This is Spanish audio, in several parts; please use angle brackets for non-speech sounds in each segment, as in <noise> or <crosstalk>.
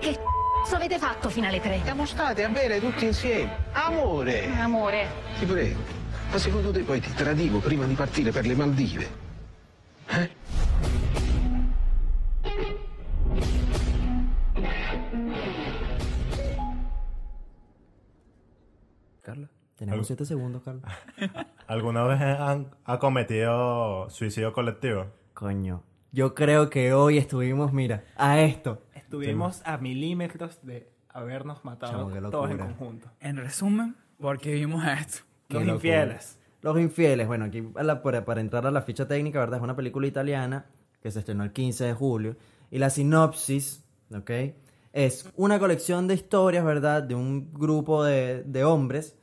Che c***o avete fatto fino alle tre? Siamo stati a bere tutti insieme. Amore! Amore, Ti prego. Ma secondo te poi ti tradivo prima di partire per le Maldive? Eh? Carla, tenemos Algo. 7 segundos, Carla. ¿Alguna vez han, ha cometido suicidio colectivo? Coño. Yo creo que hoy estuvimos, mira, a esto. Estuvimos a milímetros de habernos matado Chamo, qué todos en locura. conjunto. En resumen, porque vimos esto. Qué Los locura. infieles. Los infieles, bueno, aquí a la- para, para entrar a la ficha técnica, ¿verdad? Es una película italiana que se estrenó el 15 de julio. Y la sinopsis, ¿ok? Es una colección de historias, ¿verdad? De un grupo de, de hombres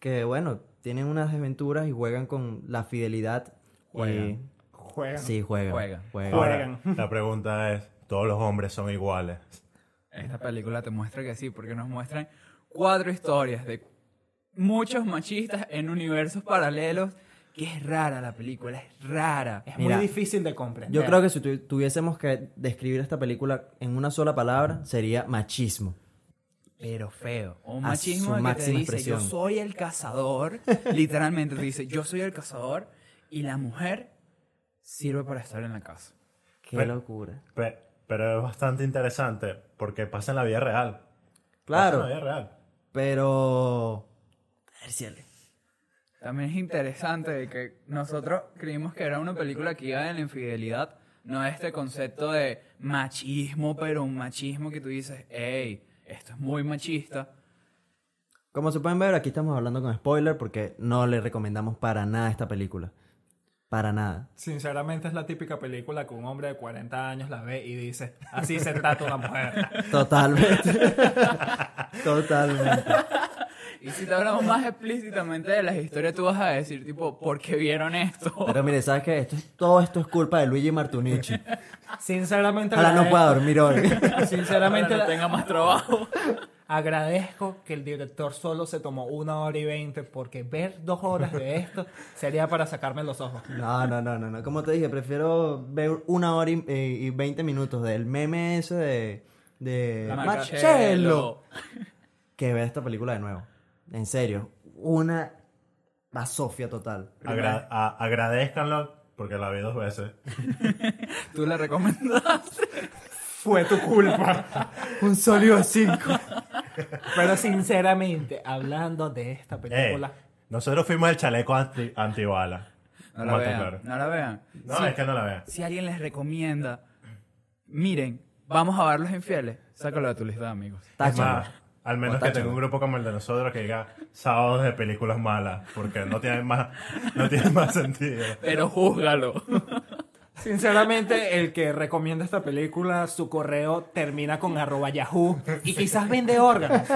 que, bueno, tienen unas desventuras y juegan con la fidelidad. Juegan. Juegan. Y, sí, juegan. Juegan. Juegan. Ahora, la pregunta es, ¿todos los hombres son iguales? Esta película te muestra que sí, porque nos muestran cuatro historias de muchos machistas en universos paralelos. Que es rara la película, es rara. Es Mira, muy difícil de comprender. Yo creo que si tu- tuviésemos que describir esta película en una sola palabra, sería machismo. pero feo. Un A machismo su que te máxima dice, expresión. yo soy <laughs> el cazador, literalmente te dice, yo soy el cazador y la mujer sirve para estar en la casa. Qué Pero- locura. Pe- pero es bastante interesante porque pasa en la vida real. Claro. Pasa en la vida real. Pero. Terciale. También es interesante de que nosotros creímos que era una película que iba de la infidelidad, no este concepto de machismo, pero un machismo que tú dices, hey, esto es muy machista. Como se pueden ver, aquí estamos hablando con spoiler porque no le recomendamos para nada esta película. Para nada. Sinceramente es la típica película que un hombre de 40 años la ve y dice, así se trata una mujer. <laughs> Totalmente. Totalmente. Y si te hablamos más explícitamente de las historias, tú vas a decir, tipo, ¿por qué vieron esto? <laughs> Pero mire, ¿sabes qué? Esto es- todo esto es culpa de Luigi Martunucci. <laughs> Sinceramente, Ojalá no agradezco- pueda dormir hoy. <laughs> Sinceramente, Ojalá no tenga más <laughs> trabajo. agradezco que el director solo se tomó una hora y veinte porque ver dos horas de esto sería para sacarme los ojos. No, no, no, no, no. Como te dije, prefiero ver una hora y, eh, y 20 minutos del meme ese de, de Marcello Marcello. que ver esta película de nuevo. En serio. Una basofia total. Agra- a- agradezcanlo porque la vi dos veces. Tú la recomendaste. Fue <laughs> tu culpa. Un sólido 5. Pero sinceramente, hablando de esta Eh, película, nosotros fuimos el chaleco anti, antibala. No la Mate, vean, claro. no la vean. No, Si- es que no la vean. Si alguien les recomienda, miren, vamos a ver Los Infieles, sácalo de tu lista de amigos. Es más, al menos que tenga un grupo como el de nosotros que diga sábados de películas malas, porque no tiene más, no tiene más <laughs> sentido. Pero júzgalo. sinceramente, el que recomienda esta película, su correo termina con arroba yahoo y quizás vende órganos.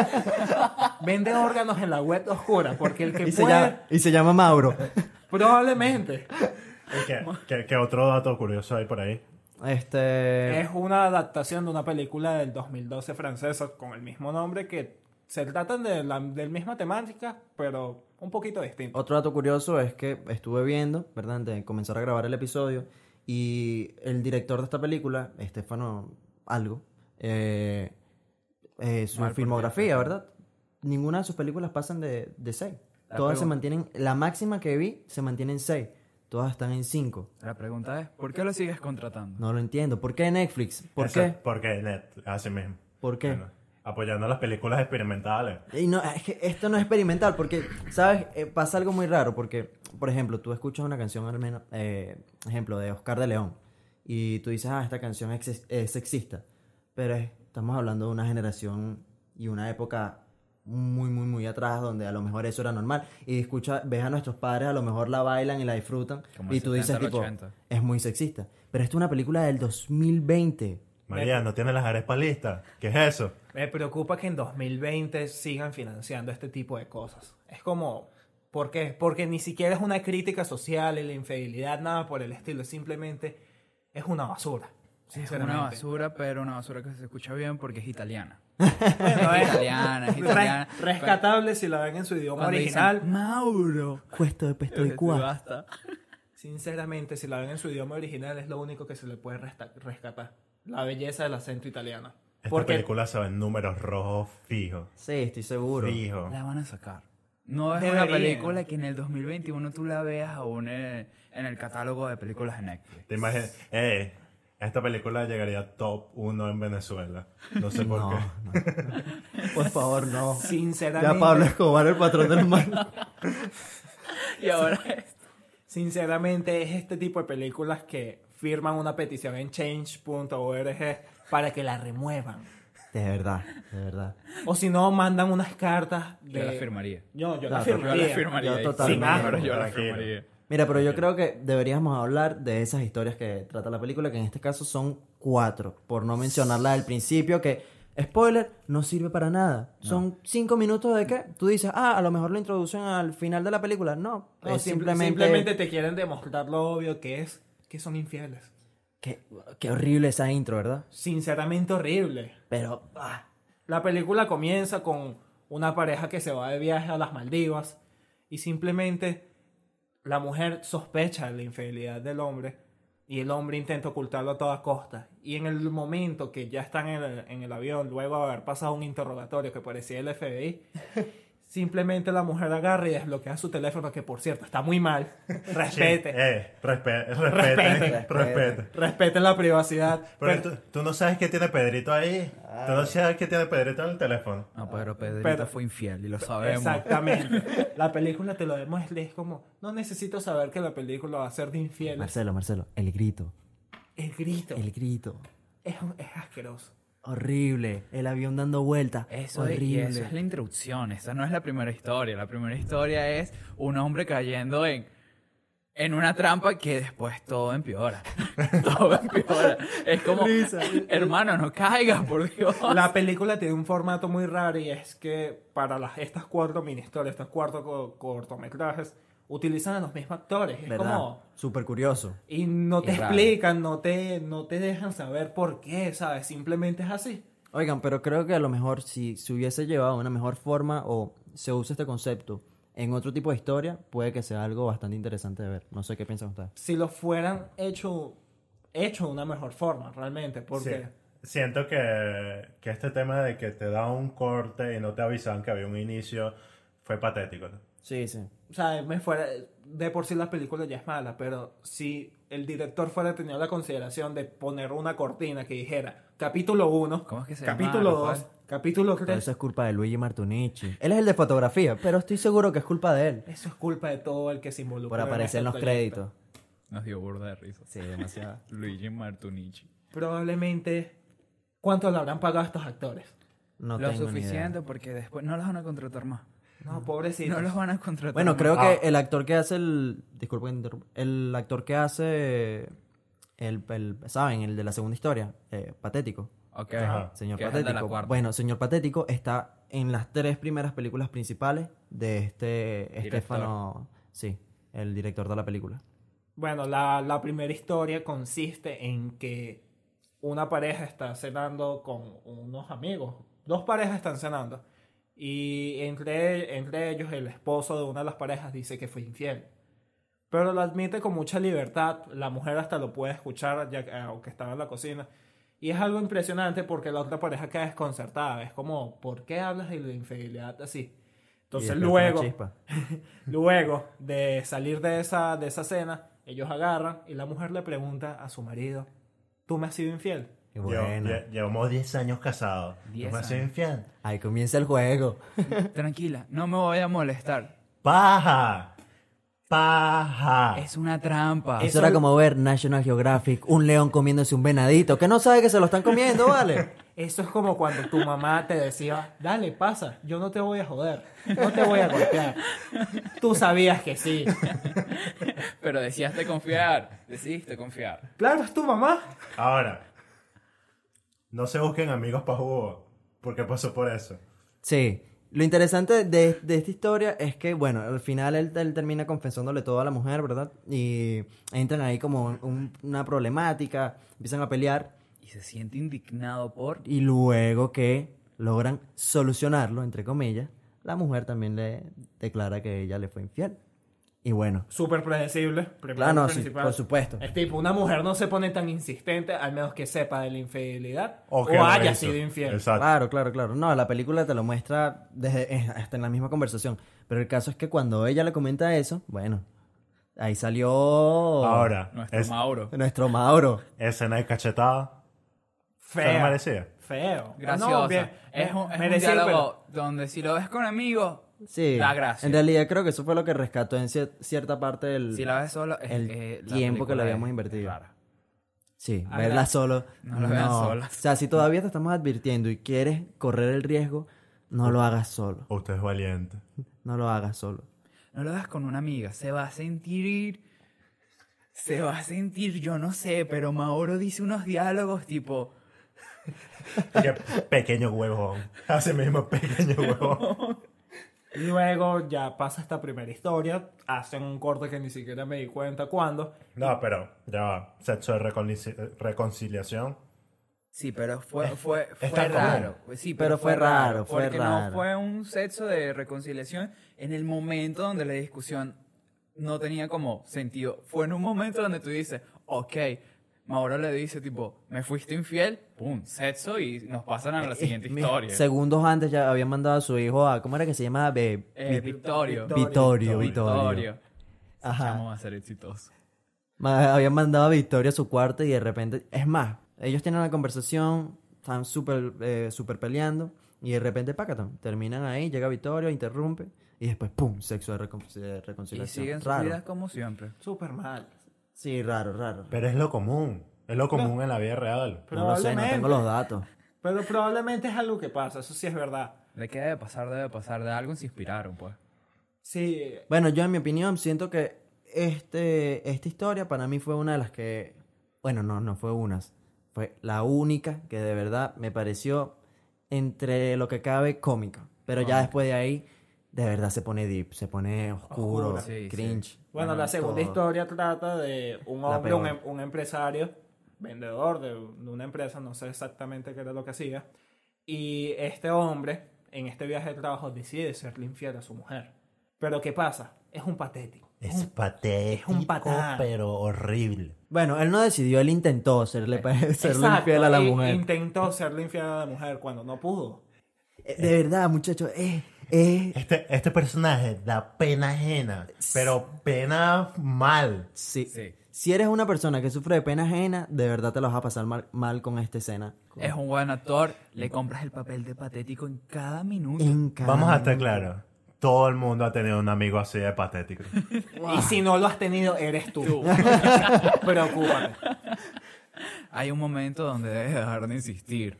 Vende órganos en la web oscura porque el que Y se, puede, llama, y se llama Mauro. probablemente, Y que- que- que otro dato curioso hay por ahí? Este. es una adaptación de una película del 2012 francesa con el mismo nombre que se tratan de la del misma temática, pero un poquito distinto. Otro dato curioso es que estuve viendo, ¿verdad? Antes de comenzar a grabar el episodio. Y el director de esta película, Estefano Algo, eh, eh, su filmografía, ¿verdad? Ninguna de sus películas pasan de, de seis. La Todas se pregunta- mantienen. La máxima que vi se mantiene en seis. Todas están en cinco. La pregunta es, ¿por qué lo sigues contratando? No lo entiendo. ¿Por qué Netflix? ¿Por Eso- qué? Porque net, así mismo. ¿Por qué? Bueno, apoyando las películas experimentales. Y no, es que esto no es experimental, porque, ¿sabes? Eh, pasa algo muy raro, porque, por ejemplo, tú escuchas una canción, al menos, eh, ejemplo, de Oscar de León, y tú dices, ah, esta canción es, sex- es sexista, pero es- estamos hablando de una generación y una época muy, muy, muy atrás, donde a lo mejor eso era normal, y escucha, ves a nuestros padres, a lo mejor la bailan y la disfrutan, Como y el tú dices, 70, el tipo, 80. es muy sexista, pero esto es una película del 2020. María, no tiene las arepas listas. ¿Qué es eso? Me preocupa que en 2020 sigan financiando este tipo de cosas. Es como, ¿por qué? Porque ni siquiera es una crítica social y la infidelidad, nada por el estilo. Simplemente es una basura. Es una sinceramente. basura, pero una basura que se escucha bien porque es italiana. Bueno, es es italiana, es italiana. res- rescatable si la ven en su idioma Cuando dicen, original. Mauro. Cuesto de pesto de Tú Cuba. basta. Sinceramente, si la ven en su idioma original es lo único que se le puede resta- rescatar. La belleza del acento italiano. Esta Porque- película se ve en números rojos fijos. <laughs> Sí, estoy seguro. Fijo. La van a sacar. No es una Deberían. película que en el 2021 tú la veas aún eh, en el catálogo de películas de Netflix. Te imaginas, eh, esta película llegaría top 1 en Venezuela. No sé por No, <laughs> qué. no, no. Por favor, no. Sinceramente, Ya Pablo Escobar, el patrón del mal. <laughs> Y ahora es- sinceramente es este tipo de películas que firman una petición en change.org para que la remuevan. De verdad, de verdad. O si no, mandan unas cartas. De... Yo la firmaría. Yo, yo Claro, la yo Yo la firmaría. firmaría. Yo ahí. totalmente. Sin números, yo la Tranquilo. firmaría. Mira, pero yo creo que deberíamos hablar de esas historias que trata la película, que en este caso son cuatro, por no mencionar la del principio, que, spoiler, no sirve para nada. Son cinco minutos de que tú dices, ah, a lo mejor lo introducen al final de la película. No, No, es simple- simplemente... simplemente... te quieren demostrar lo obvio que es que son infieles. Qué, qué horrible esa intro, ¿verdad? Sinceramente horrible. Pero, ah, La película comienza con una pareja que se va de viaje a las Maldivas y simplemente la mujer sospecha de la infidelidad del hombre y el hombre intenta ocultarlo a toda costa. Y en el momento que ya están en el, en el avión, luego de haber pasado un interrogatorio que parecía el <laughs> FBI, simplemente la mujer agarra y desbloquea su teléfono, que por cierto está muy mal. <laughs> Respete. Eh, respe- respete. Respete. <laughs> Respete. Respeten la privacidad. Pero Pero- tú, tú no sabes qué tiene Pedrito ahí. Tú no sabes qué tiene Pedrito en el teléfono. No, pero Pedrito Pero- fue infiel y lo sabemos. Exactamente. La película te lo demuestra. Es como, no necesito saber que la película va a ser de infieles. Marcelo, Marcelo, el grito, El grito el grito. es, es asqueroso. Horrible, el avión dando vueltas. Eso es, y horrible. eso es la introducción, esa no es la primera historia. La primera historia es un hombre cayendo en, en una trampa que después todo empeora. <laughs> todo empeora. Es como, hermano, no caigas, por Dios. La película tiene un formato muy raro y es que para las, estas cuatro mini historias, estos cuatro co- cortometrajes, utilizan a los mismos actores. Es ¿Verdad? como. Súper curioso. Y no te Es raro. explican, no te, no te dejan saber por qué, ¿sabes? Simplemente es así. Oigan, pero creo que a lo mejor si se hubiese llevado de una mejor forma o se usa este concepto en otro tipo de historia, puede que sea algo bastante interesante de ver. No sé qué piensan ustedes. Si lo fueran hecho, hecho de una mejor forma, realmente. Porque. Sí. Siento que, que este tema de que te da un corte y no te avisan que había un inicio fue patético. Sí, sí. O sea, me fuera, de por sí la película ya es mala, pero si el director fuera tenido la consideración de poner una cortina que dijera capítulo 1, ¿Cómo es que se llama? capítulo ¿Cuál? 2, capítulo Pero 3, eso eso, es culpa de Luigi Martunichi. Él es el de fotografía, pero estoy seguro que es culpa de él. es culpa de todo el que se involucra. Por aparecer en este los proyecto. créditos. Nos dio burda de risa. Sí, demasiado. Luigi Martunichi. Probablemente, ¿cuánto le habrán pagado a estos actores? No lo tengo ni idea. suficiente porque después no los van a contratar más. Mm. No, pobrecito. No los van a contratar Bueno, más. creo que el actor que hace el... Disculpen, que interrumpa. el actor que hace... El, el- ¿Saben? El de la segunda historia. Eh, patético. Ah, Ok. Ajá. Señor Que es el de la Patético. cuarta. Bueno, Señor Patético está en las tres primeras películas principales de este Estefano. Sí, el director de la película. Bueno, la, la primera historia consiste en que una pareja está cenando con unos amigos. Dos parejas están cenando. Y entre, entre ellos el esposo de una de las parejas dice que fue infiel. Pero lo admite con mucha libertad. La mujer hasta lo puede escuchar, ya que, aunque estaba en la cocina. Y es algo impresionante porque la otra pareja queda desconcertada. Es como, ¿por qué hablas de la infidelidad así? Entonces Y despertó una luego... chispa. Luego de salir de esa, de esa cena, ellos agarran y la mujer le pregunta a su marido, ¿tú me has sido infiel? Y bueno, Llevo- lle- llevamos 10 años casados. ¿No 10 me haces años. infiel? ahí comienza el juego. Tranquila, no me voy a molestar. ¡Paja! ¡Paja! Es una trampa. Eso era como ver National Geographic, un león comiéndose un venadito, que no sabe que se lo están comiendo, ¿vale? Eso es como cuando tu mamá te decía, dale, pasa, yo no te voy a joder, no te voy a golpear. Tú sabías que sí. Pero decías de confiar. Decidiste confiar. Claro, es tu mamá. Ahora, no se busquen amigos para jugo, porque pasó por eso. Sí. Lo interesante de, de esta historia es que, bueno, al final él, él termina confesándole todo a la mujer, ¿verdad? Y entran ahí como un- una problemática, empiezan a pelear. y se siente indignado por y luego que logran solucionarlo, entre comillas, la mujer también le declara que ella le fue infiel. Y bueno, Súper predecible. primero Claro, no, y sí, principal. por supuesto. Es tipo, una mujer no se pone tan insistente, al menos que sepa de la infidelidad o, que lo haya hizo. sido infiel. Exacto. claro, claro, claro. No, la película te lo muestra desde, eh, hasta en la misma conversación. Pero el caso es que cuando ella le comenta eso, bueno, ahí salió Ahora, Nuestro es, Mauro. nuestro Mauro. escena de cachetada. ¿Te Feo. merecía? Feo. Graciosa. No, bien. es un, es un Merecido, diálogo donde si lo ves con amigos, Sí. da gracia. En realidad creo que eso fue lo que rescató en cier- cierta parte del si la ves solo, es- el eh, la tiempo que película le habíamos es invertido. rara. Sí, Ah, verla claro. solo. No la vean sola. O sea, si todavía te estamos advirtiendo y quieres correr el riesgo, no lo hagas solo. Usted es valiente. No lo hagas solo. No lo hagas con una amiga, se va a sentir... Se va a sentir, yo no sé, pero Mauro dice unos diálogos tipo... Qué pequeño huevón. Así mismo, pequeño huevón. pero- Luego ya pasa esta primera historia, hacen un corte que ni siquiera me di cuenta cuándo. No, pero ya va. Sexo de reconci- reconciliación. Sí, pero fue, fue, fue tan común. raro. Sí, Pero fue raro, fue porque raro. no fue un sexo de reconciliación en el momento donde la discusión no tenía como sentido. Fue en un momento donde tú dices, ok, Mauro le dice tipo, me fuiste infiel, pum, sexo y nos pasan a la siguiente Eh, Mi- historia. Segundos antes ya habían mandado a su hijo a. ¿Cómo era que se llama? Be- Eh, Vi- Victorio. Vittorio, Vittorio. Victorio. Ajá. Vamos a ser exitosos. Ma- Habían mandado a Victoria a su cuarto y de repente. Es más, ellos tienen una conversación, están súper eh, súper peleando y de repente, pacatón, terminan ahí, llega Victorio, interrumpe y después, ¡pum! Sexo de, recon- de Y reconciliación. siguen sus raro. vidas como siempre. Súper mal. Sí, raro, raro. Pero es lo común. Es lo común en la vida real. No lo sé, no Probablemente. tengo los datos. Pero probablemente es algo que pasa, eso sí es verdad. ¿De qué debe pasar? Debe pasar. De algo se inspiraron, pues. Sí, Bueno, yo en mi opinión siento que este, esta historia para mí fue una de las que, bueno, no, no fue unas, fue la única que de verdad me pareció entre lo que cabe cómica. Pero ya después de ahí, de verdad se pone deep, se pone oscuro, Oscura. Sí, sí. cringe. Bueno, la segunda todo. historia trata de un La hombre, un, peor. em- un empresario, vendedor de, de una empresa, no sé exactamente qué era lo que hacía. Y este hombre, en este viaje de trabajo, decide serle infiel a su mujer. Pero ¿qué pasa? Es un patético. Es Es un- patético, es un patán. pero horrible. Bueno, él no decidió, él intentó <laughs> serle, serle Exacto, infiel a la i- mujer. Intentó serle infiel a la mujer cuando no pudo. Eh, De verdad, muchachos, eh, eh, Este, este personaje da pena ajena, pero pena mal. sí. Sí. Si eres una persona que sufre de pena ajena, de verdad te la vas a pasar mal, mal con esta escena. Es un buen actor. Le compras el papel de patético en cada minuto. En cada Vamos a momento. estar claros. Todo el mundo ha tenido un amigo así de patético. Y si no lo has tenido, eres tú. Tú. <laughs> Preocúpate. Hay un momento donde debes dejar de insistir.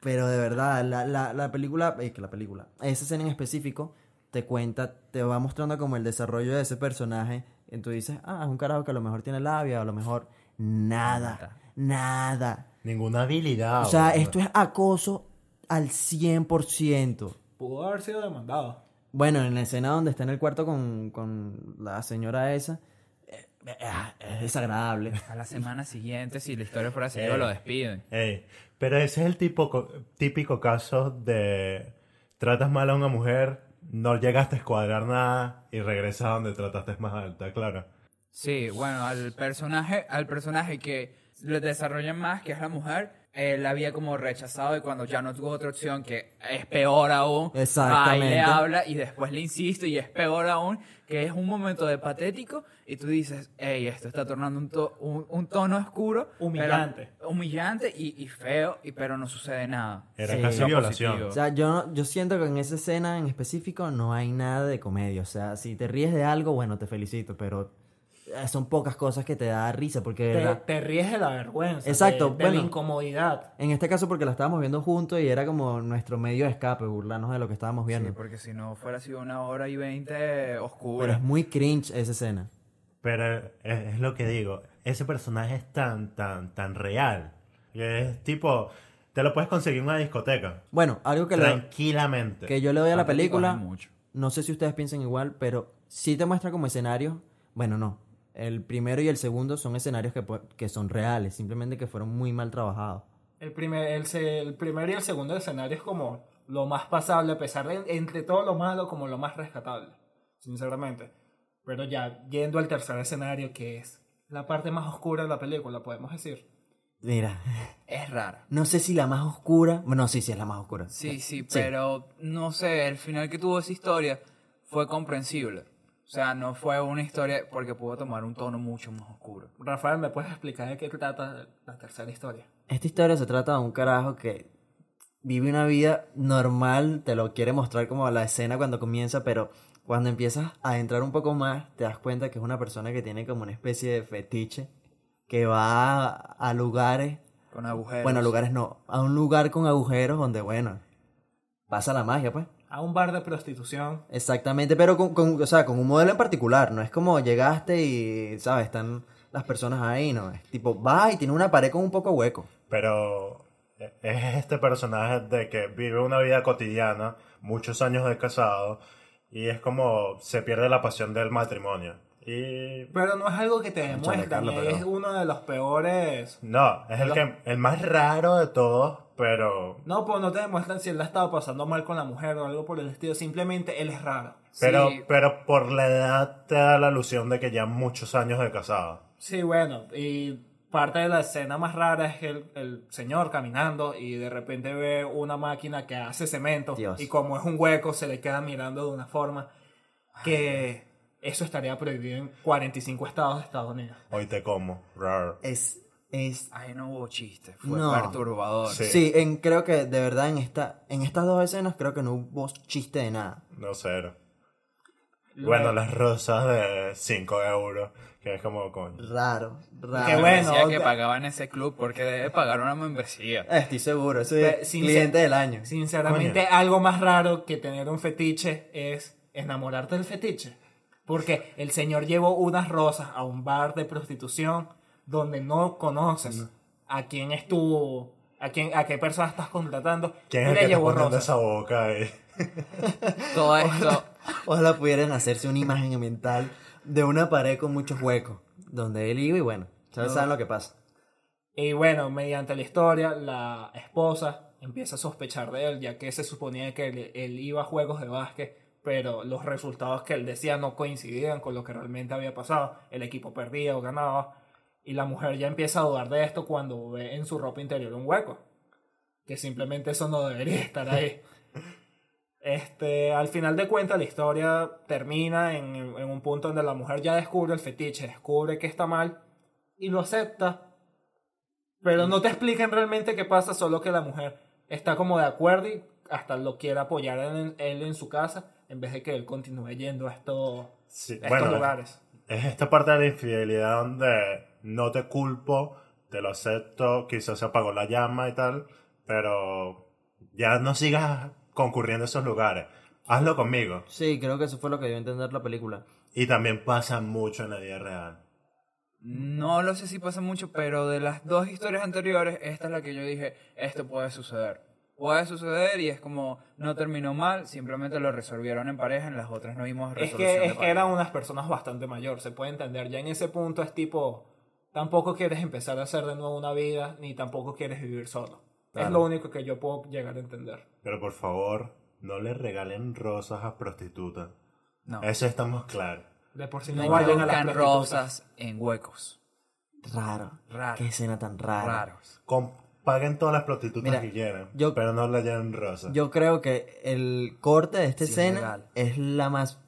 Pero de verdad, la, la, la película, es que la película, esa escena en específico te cuenta, te va mostrando como el desarrollo de ese personaje. Y tú dices, ah, es un carajo que a lo mejor tiene labia, a lo mejor nada, nada. Ninguna habilidad. O sea, boludo. esto es acoso al 100%. Pudo haber sido demandado. Bueno, en la escena donde está en el cuarto con, con la señora esa, eh, eh, ah, es desagradable. A la semana siguiente, si la historia fuera así, lo despiden. Ey, pero ese es el tipo, co- típico caso de tratas mal a una mujer, no llegaste a escuadrar nada y regresas a donde trataste más alta, claro. Sí, bueno, al personaje, al personaje que lo desarrollan más, que es la mujer, él la había como rechazado y cuando ya no tuvo otra opción, que es peor aún, ahí Exactamente. le habla y después le insiste y es peor aún, que es un momento de patético y tú dices, hey, esto está tornando un, to- un, un tono oscuro. pero- Humillante. humillante y, y feo, y, pero no sucede nada. Era Sí. casi Lo violación. positivo. O sea, yo, no- yo siento que en esa escena en específico no hay nada de comedia. O sea, si te ríes de algo, bueno, te felicito, pero eh, son pocas cosas que te da risa, porque de Te, verdad, te ríes de la vergüenza. Exacto, De, de bueno. la incomodidad. en este caso porque la estábamos viendo juntos y era como nuestro medio de escape, burlarnos de lo que estábamos viendo. Sí, porque si no fuera sido una hora y veinte Pero oscura. es muy cringe esa escena. Pero es, es lo que digo, ese personaje es tan, tan, tan real. que Es tipo, te lo puedes conseguir en una discoteca, Bueno, algo que, le- tranquilamente. que yo le doy a la Patéticos hay película, mucho. no sé si ustedes piensan igual, pero sí te muestra como escenarios, bueno, no. El primero y el segundo son escenarios que, pu- que son reales, simplemente que fueron muy mal trabajados. El primer, el, se- el primer y el segundo escenario es como lo más pasable, a pesar de entre todo lo malo, como lo más rescatable, sinceramente. Pero ya, yendo al tercer escenario, que es la parte más oscura de la película, podemos decir. Mira, Es rara. no sé si la más oscura. Bueno, sí, sí, es la más oscura. Sí, sí, pero no sé, el final que tuvo esa historia fue comprensible. O sea, no fue una historia porque pudo tomar un tono mucho más oscuro. Rafael, ¿me puedes explicar de qué trata la tercera historia? Esta historia se trata de un carajo que vive una vida normal, te lo quiere mostrar como la escena cuando comienza, pero cuando empiezas a entrar un poco más, te das cuenta que es una persona que tiene como una especie de fetiche, que va a, a lugares, Con agujeros. bueno, a lugares no, a un lugar con agujeros donde, bueno, pasa la magia, pues. A un bar de prostitución. Exactamente, pero con, con- o sea, con un modelo en particular, no es como llegaste y, ¿sabes? Están las personas ahí, ¿no? Es tipo, va y tiene una pared con un poco hueco. Pero es este personaje de que vive una vida cotidiana, muchos años de casado, y es como se pierde la pasión del matrimonio. Y Pero no es algo que te demuestran, Carlos, es pero- uno de los peores... no, es el, que, el más raro de todos, pero... No, pues no te demuestran si él la estaba pasando mal con la mujer o algo por el estilo, simplemente él es raro. Pero, Sí. pero por la edad te da la ilusión de que ya muchos años de casado. Sí, bueno, y parte de la escena más rara es el, el señor caminando y de repente ve una máquina que hace cemento Dios. y como es un hueco se le queda mirando de una forma que eso estaría prohibido en 45 estados de Estados Unidos. Hoy te como. Rar. Es, es Ay, no hubo chiste. Fue No. perturbador. Sí. Sí, en, creo que de verdad en, esta, en estas dos escenas creo que no hubo chiste de nada. No cero. Bueno, las rosas de 5 euros, que es como coño. Raro, raro. Qué bueno. Decía o que sea- pagaban ese club porque debe pagar una membresía. Eh, Estoy seguro, ese Pe- es sin- cliente del año. Sinceramente, Coño. algo más raro que tener un fetiche es enamorarte del fetiche. Porque el señor llevó unas rosas a un bar de prostitución donde no conoces a quién es tu. A, quién, a qué persona estás contratando. ¿Quién es el le que está llevó poniendo rosas. esa boca ahí? Todo esto. <laughs> Ojalá pudieran hacerse una imagen mental de una pared con muchos huecos, donde él iba y bueno, ¿sabes saben lo que pasa? Y bueno, mediante la historia, la esposa empieza a sospechar de él, ya que se suponía que él, él iba a juegos de básquet, pero los resultados que él decía no coincidían con lo que realmente había pasado. El equipo perdía o ganaba. Y la mujer ya empieza a dudar de esto cuando ve en su ropa interior un hueco. Que simplemente eso no debería <laughs> estar ahí. Este, al final de cuentas, la historia termina en, en un punto donde la mujer ya descubre el fetiche, descubre que está mal y lo acepta, pero no te explican realmente qué pasa, solo que la mujer está como de acuerdo y hasta lo quiere apoyar en- él en su casa, en vez de que él continúe yendo a estos, a Sí, estos bueno, lugares. es esta parte de la infidelidad donde no te culpo, te lo acepto, quizás se apagó la llama y tal, pero ya no sigas concurriendo a esos lugares. Hazlo conmigo. Sí, creo que eso fue lo que dio a entender la película. Y también pasa mucho en la vida real. No lo sé si pasa mucho, pero de las dos historias anteriores, esta es la que yo dije, esto puede suceder. Puede suceder y es como, no terminó mal, simplemente lo resolvieron en pareja, en las otras no vimos Es resolución que, de es que pareja. eran unas personas bastante mayores, se puede entender. Ya en ese punto es tipo, tampoco quieres empezar a hacer de nuevo una vida, ni tampoco quieres vivir solo. Es Claro. lo único que yo puedo llegar a entender. Pero por favor, no le regalen rosas a prostitutas. No, Eso estamos claros. De por si no no, vayan a las buscan prostitutas. rosas en huecos. Raro. Raro. Qué escena tan rara. Raros. Com- paguen todas las prostitutas Mira, que quieran, yo- pero no le lleven rosas. Yo creo que el corte de esta Sí, es escena legal. es la más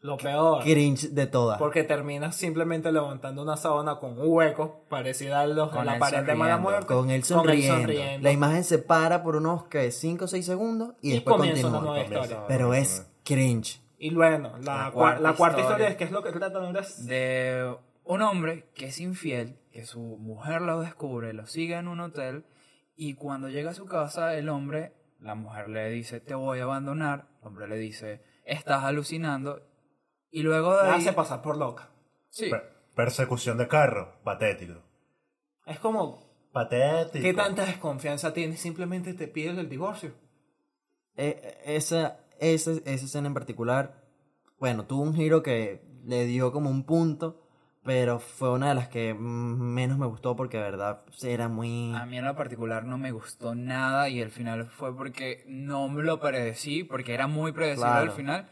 Lo peor. cringe de todas. Porque terminas simplemente levantando una sábana con un hueco parecida a los Con la él pared de mala sonriendo. muerte. Con él sonriendo. La imagen se para por unos que 5 o 6 segundos y, y después comienza continúa. una nueva Comienza. historia. Pero es cringe. Y bueno, la, La cua- cuarta la cuarta historia. historia es que es lo que trata de es De un hombre que es infiel, que su mujer lo descubre, lo sigue en un hotel y cuando llega a su casa el hombre, la mujer le dice, te voy a abandonar, el hombre le dice, estás alucinando y luego de la Ah, ahí... hace pasar por loca. Sí. Per- persecución de carro, patético. Es como, Patético. ¿qué tanta desconfianza tienes? Simplemente te pides el divorcio. Eh, esa, esa, esa escena en particular, bueno, tuvo un giro que le dio como un punto, pero fue una de las que mm, menos me gustó porque de verdad era muy... A mí en lo particular no me gustó nada y el final fue porque no me lo predecí, porque era muy predecible Claro. el final.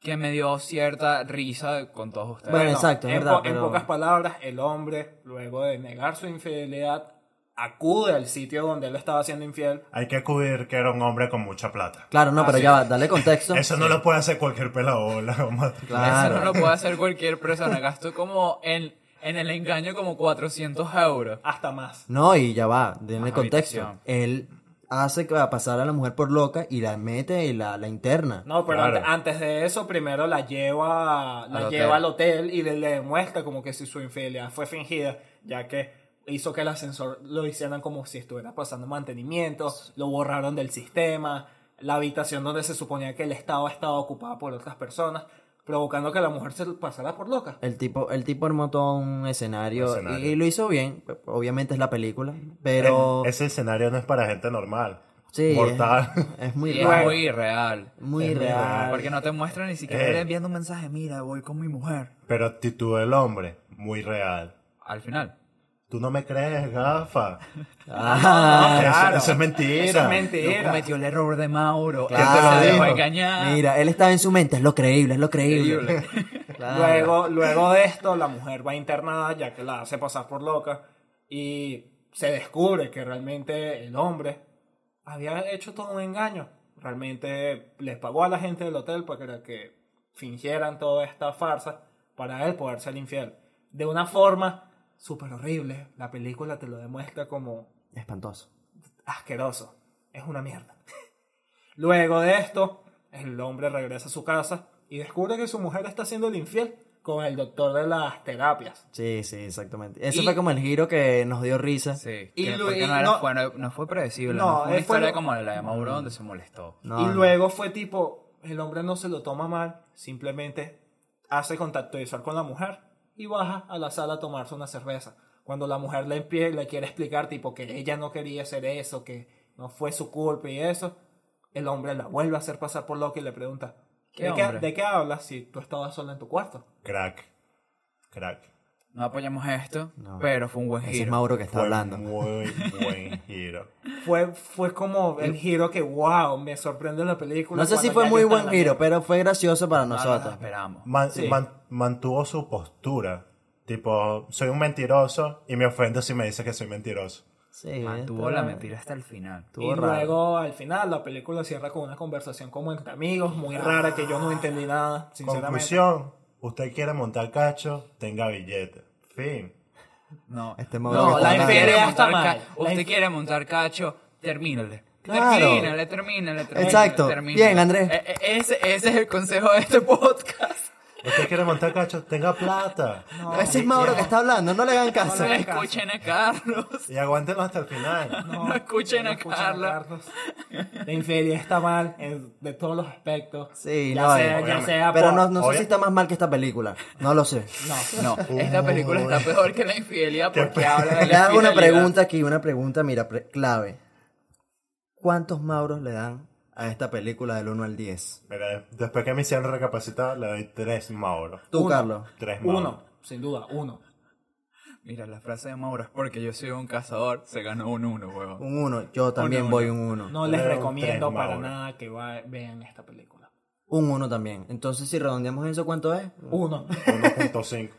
que me dio cierta risa con todos ustedes. Bueno, exacto, es en, verdad, po- en pero- pocas palabras, el hombre, luego de negar su infidelidad, acude al sitio donde él estaba siendo infiel. Hay que acudir que era un hombre con mucha plata. Claro, no, Ah, pero sí. ya va, dale contexto. <laughs> Eso no lo puede hacer cualquier <laughs> pelabola. vamos a- Claro. Eso no lo puede hacer cualquier persona. Gastó como en, en el engaño como 400 euros. Hasta más. No, y ya va, denle Ajá, contexto. habitación. Él hace que- a pasar a la mujer por loca y la mete y la, la Ah, interna. No, pero Claro. ante- antes ah, de eso, primero la lleva, la Al lleva al hotel. hotel y le, le demuestra como que si su infidelidad fue fingida, ya que hizo que el ascensor lo hicieran como si estuviera pasando mantenimiento, lo borraron del sistema, la habitación donde se suponía que él estaba estaba ocupada por otras personas, provocando que la mujer se pasara por loca. El tipo, el tipo armó todo un escenario, Escenario. Y, y lo hizo bien. Obviamente es la película, pero Eh, Ese escenario no es para gente normal. sí, es- Mortal. <laughs> Es, Y muy es raro, muy irreal. muy es muy real. Porque no te muestra ni siquiera Eh. él enviando un mensaje, mira, voy con mi mujer. Pero actitud del hombre, muy real. Al final. Tú no me crees, gafa. Ah, Eso- claro. eso, es mentira. Eso es Yo mentira. cometió el error de Mauro. te Él lo se dijo? dejó engañar. mira, él estaba en su mente, es lo creíble, es lo creíble. Increíble. <laughs> Claro. Luego, luego de esto, la mujer va internada, ya que la hace pasar por loca, y se descubre que realmente el hombre había hecho todo un engaño. Realmente les pagó a la gente del hotel para que- que fingieran toda esta farsa para él poder ser infiel. De una forma súper horrible, la película te lo demuestra como Espantoso. asqueroso. Es una mierda. <laughs> Luego de esto, el hombre regresa a su casa y descubre que su mujer está siendo el infiel con el doctor de las terapias. Sí, sí, exactamente. Ese Y- fue como el giro que nos dio risa. Sí. Y que- lo- porque y no, era- no- fue, no- no fue predecible. No, No, fue una él fue historia lo- como la de Mauro donde se molestó. No, y no. luego fue tipo, el hombre no se lo toma mal, simplemente hace contacto visual con la mujer y baja a la sala a tomarse una cerveza. Cuando la mujer le, empie- le quiere explicar tipo que ella no quería hacer eso, que no fue su culpa y eso, el hombre la vuelve a hacer pasar por loca y le pregunta, ¿Qué ¿de, qué, hombre? ¿de qué hablas si tú estabas sola en tu cuarto? Crack. Crack. No apoyamos esto, No. pero fue un buen Ese es giro. Mauro que está Fue hablando. <laughs> Muy buen giro. Fue, fue como el giro que, wow, me sorprende la película. No sé si cuando fue ya muy yo estaba buen en la- giro, pero fue gracioso para No nos nosotros. esperamos. Man- Sí. man- mantuvo su postura. Tipo, soy un mentiroso y me ofendo si me dices que soy mentiroso. Sí, Mantuvo esto- la mentira hasta el final. Estuvo y raro. luego al final la película cierra con una conversación como entre amigos, muy Ah. rara que yo no entendí nada, sinceramente. Conclusión, usted quiere montar cacho, tenga billete. Fin. No, Este Mauro no que está la mal. infidelidad Está está mal. mal. La Usted inf- quiere montar cacho, termínale. Claro. Termínale, termínale, termínale. Exacto. termínale. Bien, Andrés. E- e- ese, ese es el consejo de este podcast. Usted quiere montar cacho, tenga plata. Ese es Mauro que está hablando, no le hagan caso. No escuchen a Carlos. Y aguántenlo hasta el final. <laughs> No, escuchen a escuchen Carlos. La infidelidad está mal en- de todos los aspectos. Sí, ya no, sea, ya obviamente. sea Pero por- no, no sé Obvia- si está más mal que esta película. No lo sé. No, esta película está peor que la infidelidad Qué porque pe- habla de la <laughs> Le hago una infidelidad. pregunta aquí, una pregunta, mira, pre- clave. ¿Cuántos Mauros le dan a esta película del 1 al 10? Mira, después que me hicieron recapacitar, le doy tres Mauro. Tú, Carlos. Tres Mauro. Uno, sin duda, uno. Mira, la frase de Mauro es porque yo soy un cazador, se ganó un uno, huevón. Un 1. Yo también uno. voy un 1. No Yo les le doy un recomiendo tres, para Mauro. nada que va- vean esta película. Un 1 también. Entonces, si redondeamos eso, ¿cuánto es? Uno. <laughs> 1.5.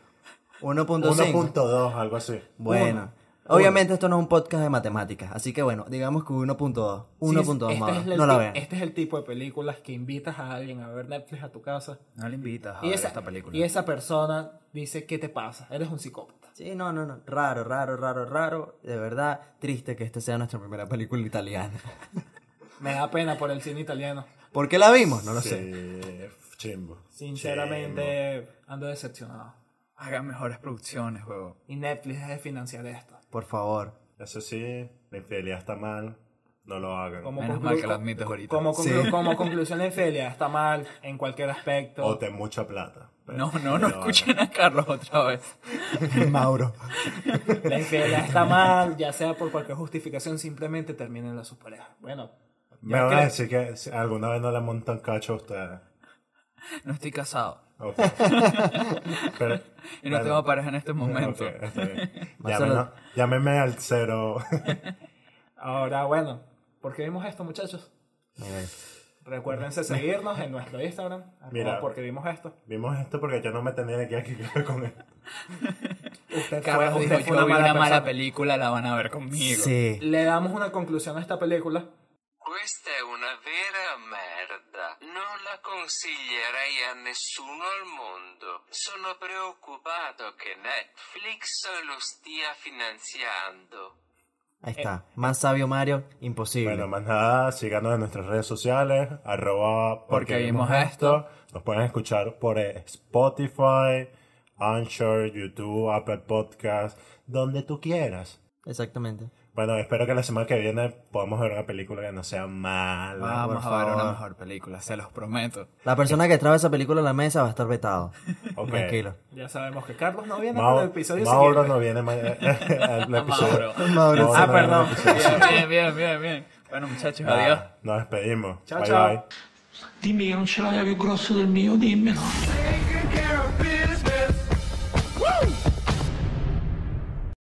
1.5. 1.2, algo así. Bueno. Obviamente esto no es un podcast de matemáticas, así que bueno, digamos que 1.2. 1.2 Sí, Mauro. este es el no la ti- vean. Este es el tipo de películas que invitas a alguien a ver Netflix a tu casa. No le invitas a Y ver esa, esta película. y esa persona dice, ¿qué te pasa? Eres un psicópata. Sí, no, no, no. Raro, raro, raro, raro. De verdad, triste que esta sea nuestra primera película italiana. <laughs> Me da pena por el cine italiano. ¿Por qué la vimos? No lo sé. Sí, chimbo. Sinceramente, ando decepcionado. Hagan mejores producciones, huevón. Y Netflix debe financiar esto. Por favor. Chimbo. Eso sí, la infidelidad está mal. No lo hagan. Como Menos conclu- mal que lo admites ahorita. Como, conclu- Sí. como conclusión, la infidelidad está mal en cualquier aspecto. O ten mucha plata. Pero- No, no, pero- no escuchen a Carlos otra vez. Mauro. La infidelidad está mal, ya sea por cualquier justificación, simplemente terminen a sus parejas. Bueno, Me van a decir que si alguna vez no le montan cacho a ustedes. No estoy casado. Ok. Pero, Y no bueno, tengo pareja en este momento. <laughs> ok, está bien. Marcelo- Llámenos- Llámeme al cero. ahora bueno, ¿por qué vimos esto, muchachos? Recuérdense seguirnos en nuestro Instagram. Mira. Mira. Porque vimos esto. Vimos esto porque yo no me tenía que quedar con esto. Usted fue, Carlos dijo, usted fue una yo vi mala, una mala persona". película, la van a ver conmigo. Sí. Le damos una conclusión a esta película. Questa è una vera merda. Non la consiglierei a nessuno al mondo. Sono preoccupato che Netflix lo stia finanziando. Ahí está. Más sabio Mario, imposible. Bueno, más nada, síganos en nuestras redes sociales, arroba Porque vimos esto. Nos pueden escuchar por eh, Spotify, Anchor, YouTube, Apple Podcast, donde tú quieras. Exactamente. Bueno, espero que la semana que viene podamos ver una película que no sea mala. Vamos por a ver una favor. mejor película, se los prometo. La persona que traba esa película a la mesa va a estar vetado. Ok. Tranquilo. Ya sabemos que Carlos no viene Mau- para el episodio Mauro siguiente. no viene ma- <laughs> al episodio. <laughs> Mauro. Mauro, Mauro Ah, no viene al perdón. episodio. Bien, bien, bien, bien, bien. Bueno, muchachos, adiós. Nos despedimos. Chao, bye chao. bye. Dimmi che non ce l'hai più grosso del mio, dimmelo.